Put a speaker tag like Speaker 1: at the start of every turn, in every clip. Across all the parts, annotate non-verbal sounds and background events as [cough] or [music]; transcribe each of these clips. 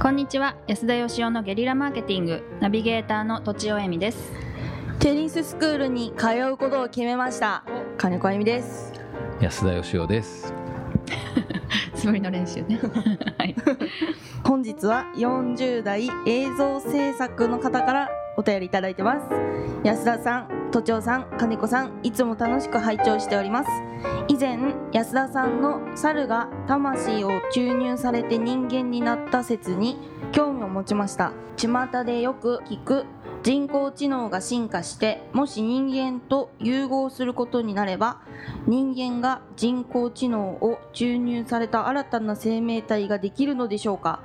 Speaker 1: こんにちは安田義雄のゲリラマーケティングナビゲーターの土地尾恵美です
Speaker 2: テニススクールに通うことを決めました金子あゆみです
Speaker 3: 安田義雄です。
Speaker 1: 素振りの練習ね [laughs] はい
Speaker 2: 本日は40代映像制作の方からお便りいただいてます安田さん都庁さん金子さんいつも楽しく拝聴しております以前安田さんの猿が魂を注入されて人間になった説に興味を持ちました巷でよく聞く人工知能が進化してもし人間と融合することになれば人間が人工知能を注入された新たな生命体ができるのでしょうか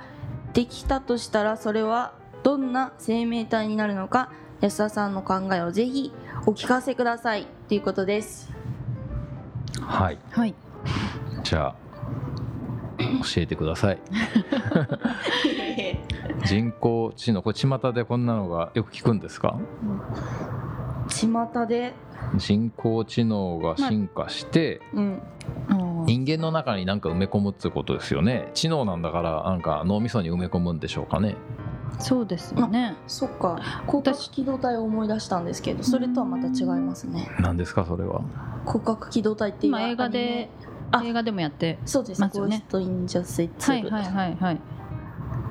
Speaker 2: できたとしたらそれはどんな生命体になるのか安田さんの考えをぜひお聞かせくださいというこ
Speaker 1: [laughs]
Speaker 2: とです
Speaker 3: はい。
Speaker 1: はい
Speaker 3: じゃあ教えてください。人工知能これ巷でこんなのがよく聞くんですか？
Speaker 2: 巷で、
Speaker 3: 人工知能が進化して
Speaker 2: うん、
Speaker 1: おー
Speaker 3: 人間の中に何か埋め込むってことですよね。知能なんだからなんか脳みそに埋め込むんでしょうかね。
Speaker 1: そうですよね
Speaker 2: そっか広角機動隊を思い出したんですけどそれとはまた違いますね
Speaker 3: なんですかそれは？
Speaker 2: 広角機動隊っていう
Speaker 1: 今映画
Speaker 2: アニ
Speaker 1: で
Speaker 2: メあ
Speaker 1: 映画でもやって
Speaker 2: そうです
Speaker 1: ますよね
Speaker 2: ゴースト・イン・ジャス・イッツ
Speaker 1: はいはいはいはい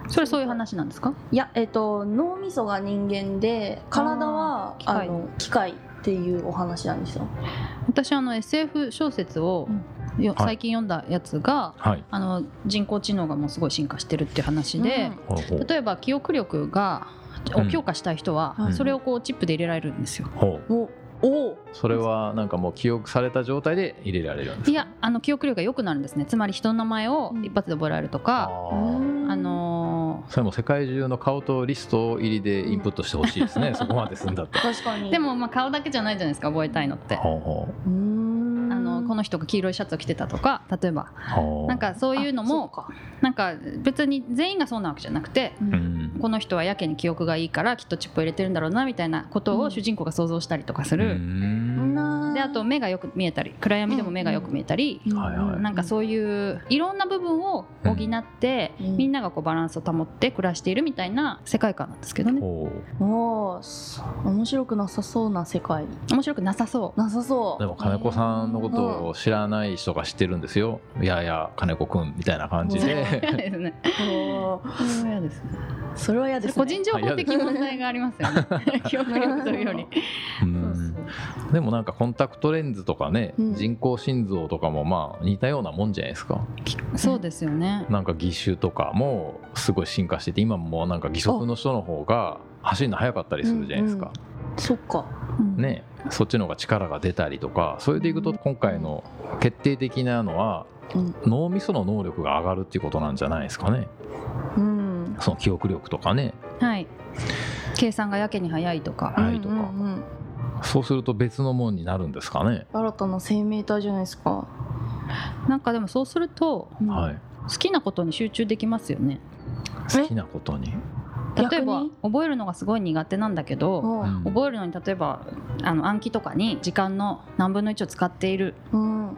Speaker 1: それそういう話なんですか
Speaker 2: いや、えっと、脳みそが人間で体は
Speaker 1: 機
Speaker 2: あ
Speaker 1: 械
Speaker 2: の機械っていうお話なんですよ。
Speaker 1: 私あの SF 小説をよ
Speaker 3: はい
Speaker 1: 最近読んだやつが
Speaker 3: はい。
Speaker 1: あの人工知能がもうすごい進化してるっていう話で、
Speaker 3: ほうほう
Speaker 1: 例えば記憶力が
Speaker 3: うん
Speaker 1: を強化したい人は、
Speaker 2: はい
Speaker 1: それをこうチップで入れられるんですよ。
Speaker 3: ほう
Speaker 2: うん、おお
Speaker 3: それはなんかもう記憶された状態で入れられるんです
Speaker 1: い
Speaker 3: か？
Speaker 1: やあの記憶力が良くなるんですねつまり人の名前を
Speaker 2: うん
Speaker 1: 一発で覚えられると
Speaker 3: あ
Speaker 1: か、
Speaker 3: ー
Speaker 1: あの
Speaker 3: それも世界中の顔とリスト入りでインプットしてほしいです
Speaker 1: [laughs]
Speaker 3: ね。そこまですんだったら
Speaker 2: 確かに
Speaker 1: ーでもまあ顔だけじゃないじゃないですか覚えたいのって。
Speaker 3: ほうほう
Speaker 2: うーん
Speaker 1: あのこの人が黄色いシャツを着てたとか例えば
Speaker 3: ほう
Speaker 1: なんかそういうのも
Speaker 2: あそっか
Speaker 1: なんか別に全員がそうなわけじゃなくて
Speaker 2: う
Speaker 3: うんん
Speaker 1: この人はやけに記憶がいいからきっとチップを入れてるんだろうなみたいなこと
Speaker 2: う
Speaker 1: を
Speaker 2: ん
Speaker 1: 主人公が想像したりとかす
Speaker 3: う
Speaker 1: る、
Speaker 3: ん
Speaker 2: な
Speaker 1: であと目がよく見えたり暗闇でも目がよく見えたり、
Speaker 3: はいはい
Speaker 1: なんかそういういろんな部分を補って、
Speaker 2: うん
Speaker 1: みんながこうバランスを保って暮らしているみたいな世界観なんですけどね
Speaker 3: ほう
Speaker 2: おお面白くなさそうな世界
Speaker 1: 面白くなさ [laughs] そう
Speaker 2: なさそう
Speaker 3: でも金子さんのことを知らない人が知ってるんですよ。いやいや金子くんみたいな感じで。
Speaker 1: 嫌ですね
Speaker 2: おー
Speaker 1: それは嫌ですね
Speaker 2: それは嫌
Speaker 1: そ
Speaker 2: で
Speaker 1: れ
Speaker 2: す
Speaker 1: 個
Speaker 2: ね
Speaker 1: 人情報的問題がありますよね [laughs] 記憶力というより [laughs]
Speaker 3: う
Speaker 2: そうん
Speaker 3: でもなんかコンタクトレンズとかね、
Speaker 2: うん
Speaker 3: 人工心臓とかもまあ似たようなもんじゃないですか。
Speaker 1: そうですよね
Speaker 3: なんか義手とかもすごい進化してて今もうなんか義足の人の方が走るの速かったりするじゃないですか。
Speaker 2: そうそっか
Speaker 3: ね、そっちの方が力が出たりとかそれでいくと今回の決定的なの
Speaker 2: う
Speaker 3: は、
Speaker 2: ん
Speaker 3: 脳みその能力が上がるっていうことなんじゃないですかね
Speaker 2: うん
Speaker 3: その記憶力とかね、
Speaker 1: はい計算がやけに早いとか
Speaker 3: はいとか、
Speaker 2: うんうんうん
Speaker 3: そうすると別のもんになるんですかね、
Speaker 2: 新たな生命体じゃないですか、
Speaker 1: なんかでもそうすると
Speaker 2: うん
Speaker 3: はい、
Speaker 1: 好きなことに集中できますよね
Speaker 3: 好きなことに、
Speaker 1: 例え
Speaker 2: 逆
Speaker 1: ば
Speaker 2: に
Speaker 1: 覚えるのがすごい苦手なんだけど、
Speaker 2: おー
Speaker 1: 覚えるのに例えばあの暗記とかに時間の何分の1を使っている
Speaker 2: うん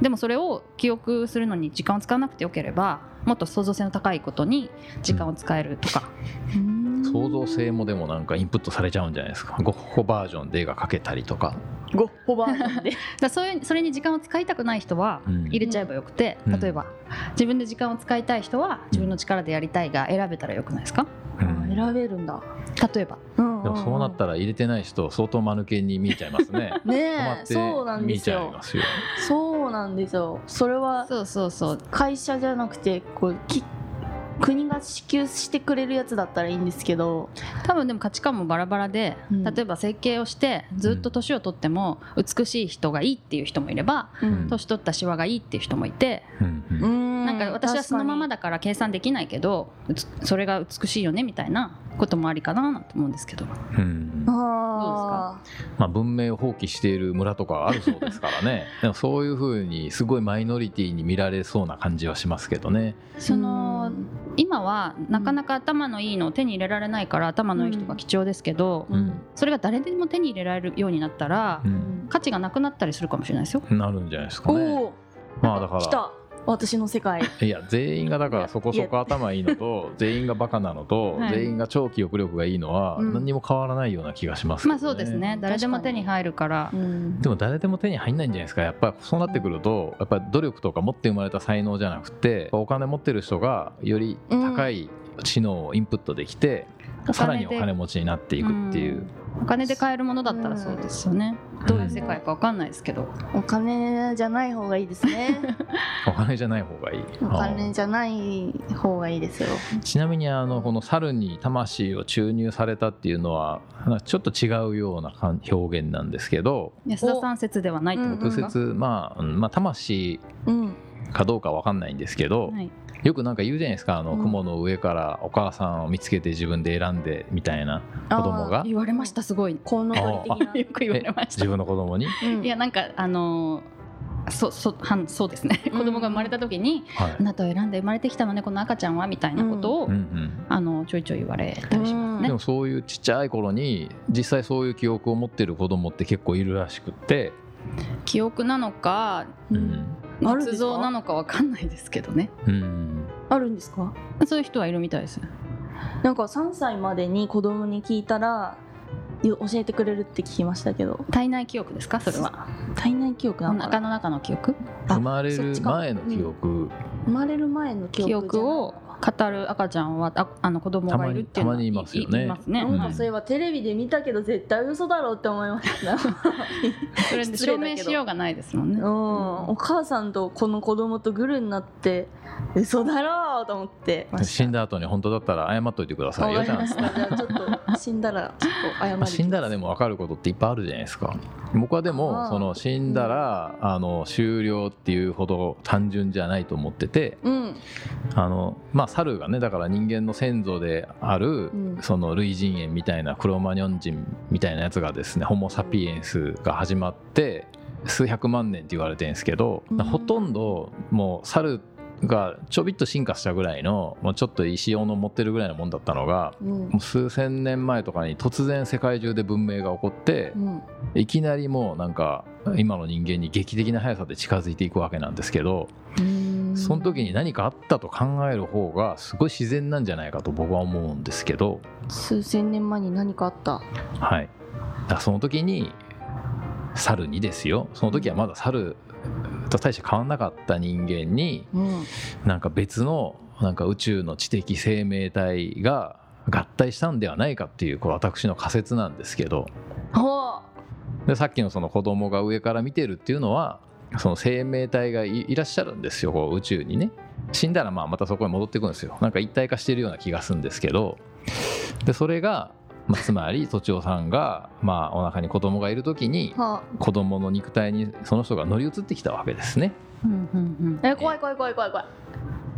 Speaker 1: でもそれを記憶するのに時間を使わなくてよければもっと創造性の高いことに時間を使えるとか、
Speaker 3: 創造性もでもなんかインプットされちゃうんじゃないですかゴッホバージョンで絵が描けたりとか、
Speaker 2: ゴッホバージョンで
Speaker 1: だからそういうそれに時間を使いたくない人は
Speaker 3: うん
Speaker 1: 入れちゃえばよくて、
Speaker 3: うん
Speaker 1: 例えば自分で時間を使いたい人は自分の力でやりたいが選べたらよくないですか
Speaker 3: うん
Speaker 2: 選べるんだ、
Speaker 1: 例えば
Speaker 2: うん
Speaker 3: でもそうなったら入れてない人相当間抜けに見えちゃいますね止ま
Speaker 2: ね
Speaker 3: っ
Speaker 2: え
Speaker 3: て
Speaker 2: そうなんで
Speaker 3: 見
Speaker 2: す
Speaker 3: ちゃい
Speaker 2: よ
Speaker 3: ますよ
Speaker 2: そうなんですよそれは
Speaker 1: そうそうそう
Speaker 2: 会社じゃなくてこうき国が支給してくれるやつだったらいいんですけど
Speaker 1: 多分でも価値観もバラバラで、
Speaker 2: うん
Speaker 1: 例えば整形をしてずっと年を取っても美しい人がいいっていう人もいれば
Speaker 3: うん
Speaker 1: 年取ったシワがいいっていう人もいて、
Speaker 3: うんうん
Speaker 1: なんか私はそのまま
Speaker 2: だ
Speaker 1: だから計算できないけどうつそれが美しいよねみたいなこともありかななんて思うんですけど
Speaker 3: うん
Speaker 2: あ
Speaker 3: まあ、文明を放棄している村とかあるそうですからねでもそういうふうにすごいマイノリティに見られそうな感じはしますけどね。
Speaker 1: その今はなかなか頭のいいのを手に入れられないから頭のいい人が貴重ですけど、
Speaker 2: うん
Speaker 1: それが誰でも手に入れられるようになったら、
Speaker 3: うん
Speaker 1: 価値がなくなったりするかもしれないですよ。
Speaker 3: なるんじゃないですか
Speaker 2: お
Speaker 3: ね。
Speaker 2: お
Speaker 3: まあだか
Speaker 2: 来
Speaker 3: ら
Speaker 2: た私の世界
Speaker 3: いや全員がだからそこそこ頭いいのと全員がバカなのと、
Speaker 1: はい
Speaker 3: 全員が超記憶力がいいのは
Speaker 2: うん
Speaker 3: 何にも変わらないような気がしますけど
Speaker 1: まあそうですね誰でも手に入るから
Speaker 2: [laughs] うん
Speaker 3: でも誰でも手に入んないんじゃないですかやっぱそうなってくるとやっぱり努力とか持って生まれた才能じゃなくてお金持ってる人がより高い知能をインプットできて、
Speaker 1: うん
Speaker 3: さらに
Speaker 1: お
Speaker 3: お
Speaker 1: 金で
Speaker 3: 金持ちになっていくっていう、
Speaker 1: お金で買えるものだったらそうですよね、どういう世界かわかんないですけど、
Speaker 2: お金じゃない方がいいですね
Speaker 3: お金じゃない方がいい
Speaker 2: お金
Speaker 3: [laughs] あ
Speaker 2: じゃない方がいいですよ
Speaker 3: ーちなみにあのこの猿に魂を注入されたっていうのはなんかちょっと違うような感表現なんですけど
Speaker 1: 安田さん説ではないってこと
Speaker 2: うん
Speaker 1: で
Speaker 3: 直
Speaker 1: すか、
Speaker 3: 接、まあ、うんまあ魂
Speaker 2: うん
Speaker 3: かどうかわかんないんですけど、
Speaker 1: はい、
Speaker 3: よくなんか言うじゃないですかあの、
Speaker 2: うん
Speaker 3: 雲の上からお母さんを見つけて自分で選んでみたいな
Speaker 2: あー
Speaker 3: 子供が
Speaker 1: 言われましたすごい [laughs] よ
Speaker 2: この
Speaker 3: あー
Speaker 1: く言われました
Speaker 3: 自分の子供に、
Speaker 2: うん
Speaker 1: いやなんかあのーそそはんそうですね [laughs] 子
Speaker 2: うん
Speaker 1: 供が生まれた時に、
Speaker 3: はい
Speaker 1: あなたを選んで生まれてきたのねこの赤ちゃんはみたいなことを、
Speaker 3: うんうん
Speaker 1: あのちょいちょい言われたりしますね
Speaker 3: で。もそういうちっちゃい頃に実際そういう記憶を持ってる子供って結構いるらしくって、
Speaker 1: 記憶なのか
Speaker 3: うん
Speaker 2: あるんで
Speaker 1: 捏
Speaker 2: すか
Speaker 1: 造なのかわかんないですけどね
Speaker 3: うん、
Speaker 2: あるんですか
Speaker 1: そういう人はいるみたいです。
Speaker 2: なんか3歳までに子供に聞いたらよ教えてくれるって聞きましたけど
Speaker 1: 体内記憶ですかそれは
Speaker 2: 体内記憶
Speaker 1: お
Speaker 2: なのか
Speaker 1: 腹
Speaker 2: な
Speaker 1: の中の記憶
Speaker 2: あ
Speaker 3: 生まれ
Speaker 2: そっ
Speaker 3: る
Speaker 2: ちか
Speaker 3: 前の記憶、
Speaker 2: 生まれる前の記憶
Speaker 1: 記
Speaker 2: じゃない
Speaker 1: 憶を語る赤ちゃんはああの子供がいるっていうのは
Speaker 3: たまにたまにいますよね
Speaker 1: いますね、
Speaker 3: うん
Speaker 1: はい
Speaker 2: そういえばテレビで見たけど絶対嘘だろうって思いま [laughs] した
Speaker 1: それで
Speaker 2: 失
Speaker 1: 証
Speaker 2: 礼だけ
Speaker 1: 明
Speaker 2: ど
Speaker 1: しようがないですもん
Speaker 2: う
Speaker 1: ね。
Speaker 2: んお母さんとこの子供とグルになって嘘だろうと思ってました
Speaker 3: 死んだ後に本当だったら謝っといてくださいよ
Speaker 2: わ
Speaker 3: ち
Speaker 2: か
Speaker 3: ゃ
Speaker 2: り
Speaker 3: ん
Speaker 2: まし。た
Speaker 3: と
Speaker 2: じゃあちょっと死んだらちょっと謝
Speaker 3: まあ
Speaker 2: る
Speaker 3: 死んだらでも分かることっていっぱいあるじゃないですか僕はで
Speaker 2: あー
Speaker 3: もその死んだらあの終了っていうほど単純じゃないと思ってて
Speaker 2: うん
Speaker 3: あのまあ猿がねだから人間の先祖である
Speaker 2: うん
Speaker 3: その類人猿みたいなクロマニョン人みたいなやつがですねホモ・サピエンスが始まって数百万年って言われてるんですけど
Speaker 2: うん
Speaker 3: ほとんどもう猿がちょびっと進化したぐらいのもうちょっと石斧持ってるぐらいのもんだったのが
Speaker 2: うん
Speaker 3: もう数千年前とかに突然世界中で文明が起こって
Speaker 2: うん
Speaker 3: いきなりもうなんか今の人間に劇的な速さで近づいていくわけなんですけど
Speaker 2: うん
Speaker 3: その時に何かあったと考える方がすごい自然なんじゃないかと僕は思うんですけど、
Speaker 2: 数千年前に何かあった
Speaker 3: はい、だからその時に猿にですよその時はまだ猿と大して変わんなかった人間に
Speaker 2: うん
Speaker 3: なんか別のなんか宇宙の知的生命体が合体したんではないかっていうこう私の仮説なんですけど
Speaker 2: ほ
Speaker 3: でさっきのその子供が上から見てるっていうのはその生命体がいいらっしゃるんですよこう宇宙にね死んだらまあまたそこに戻ってくるんですよなんか一体化してるような気がするんですけどでそれが、まあ、つまりとちおさんが、まあ、お腹に子供がいる時に
Speaker 2: うは
Speaker 3: 子供の肉体にその人が乗り移ってきたわけですね
Speaker 1: うんうん
Speaker 2: え怖い怖い怖い怖い怖い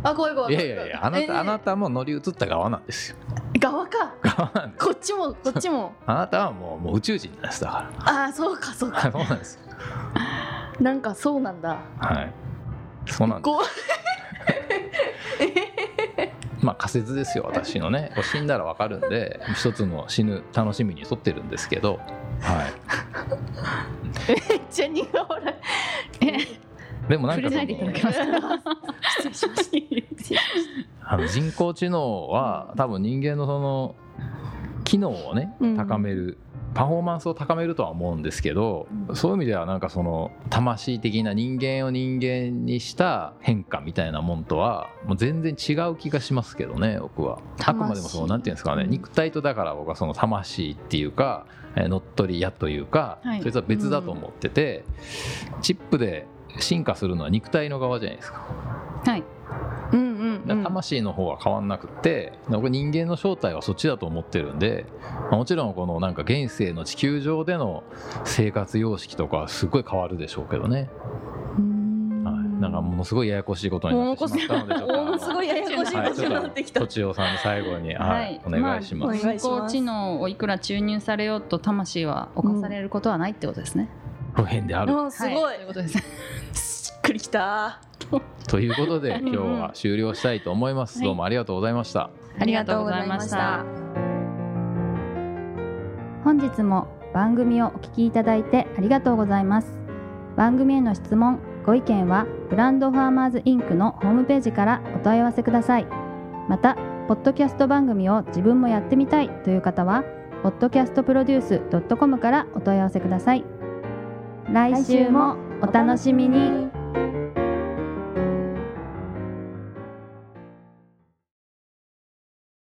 Speaker 2: あ怖い怖
Speaker 3: い
Speaker 2: い
Speaker 3: や
Speaker 2: 怖い
Speaker 3: いやいやあな
Speaker 2: え
Speaker 3: たあなたも乗り移った側なんですよ
Speaker 2: 側か
Speaker 3: 側なんです
Speaker 2: こっちもこっちも
Speaker 3: あなたはもうもう宇宙人なんですだか
Speaker 2: ああそうかそう
Speaker 3: ら
Speaker 2: か
Speaker 3: [laughs] そうなんですよ
Speaker 2: なんかそうなんだ
Speaker 3: はいそうなんです
Speaker 2: 怖い
Speaker 3: [laughs] まあ仮説ですよ私のねこう死んだらわかるんで一つの死ぬ楽しみに沿ってるんですけど、はい、
Speaker 2: めっちゃ苦笑
Speaker 3: でもなん
Speaker 1: 触れ
Speaker 3: かそ
Speaker 1: ないでいただ
Speaker 3: の
Speaker 1: けますか
Speaker 2: 失礼しまい。
Speaker 3: あの人工知能は多分人間のその機能をね
Speaker 2: うん
Speaker 3: 高める、パフォーマンスを高めるとは思うんですけど、
Speaker 1: うん
Speaker 3: そういう意味ではなんかその魂的な人間を人間にした変化みたいなもんとはもう全然違う気がしますけどね僕はあくまでもそ
Speaker 2: 魂
Speaker 3: のなんていうんですかね
Speaker 2: うん
Speaker 3: 肉体とだから僕はその魂っていうかえー乗っ取り屋というか、
Speaker 1: はい
Speaker 3: それとは別だと思ってて、チップで進化するのは肉体の側じゃないですか。
Speaker 1: はい
Speaker 2: うんうん、
Speaker 3: だから魂の方は変わんなくって、僕人間の正体はそっちだと思ってるんで、まあもちろんこのなんか現世の地球上での生活様式とかはすごい変わるでしょうけどね、はい、なんかものすごいややこしいことになってしまったの
Speaker 2: [laughs]
Speaker 3: でちょっとあ
Speaker 2: も
Speaker 3: の
Speaker 2: のすごいややこしい
Speaker 3: はい
Speaker 2: こ
Speaker 3: ち
Speaker 2: と
Speaker 3: ょ
Speaker 2: に
Speaker 3: っ
Speaker 2: なってきた
Speaker 3: と。とちおさんに最後に、は
Speaker 1: [laughs]
Speaker 3: い
Speaker 1: はい
Speaker 3: お願いします、
Speaker 2: お願
Speaker 1: 人
Speaker 2: いし
Speaker 1: 工
Speaker 2: ます
Speaker 1: 知能をいくら注入されようと魂は侵されることはないってことですね。
Speaker 3: 不変である、
Speaker 2: うんす
Speaker 1: は
Speaker 2: ご
Speaker 1: そういうことです。
Speaker 2: い。しっくりきた。
Speaker 3: ということで
Speaker 2: うんう
Speaker 3: 今
Speaker 2: ん
Speaker 3: 日は終了したいと思います、
Speaker 1: はい
Speaker 3: どうもありがとうございました
Speaker 1: ありがとうございました。
Speaker 4: 本日も番組をお聞きいただいてありがとうございます番組への質問
Speaker 1: ご意見はブランドファーマーズインクのホームページからお問い合わせくださいまたポッドキャスト番組を自分もやってみたいという方は podcastproduce.com からお問い合わせください来週もお楽しみに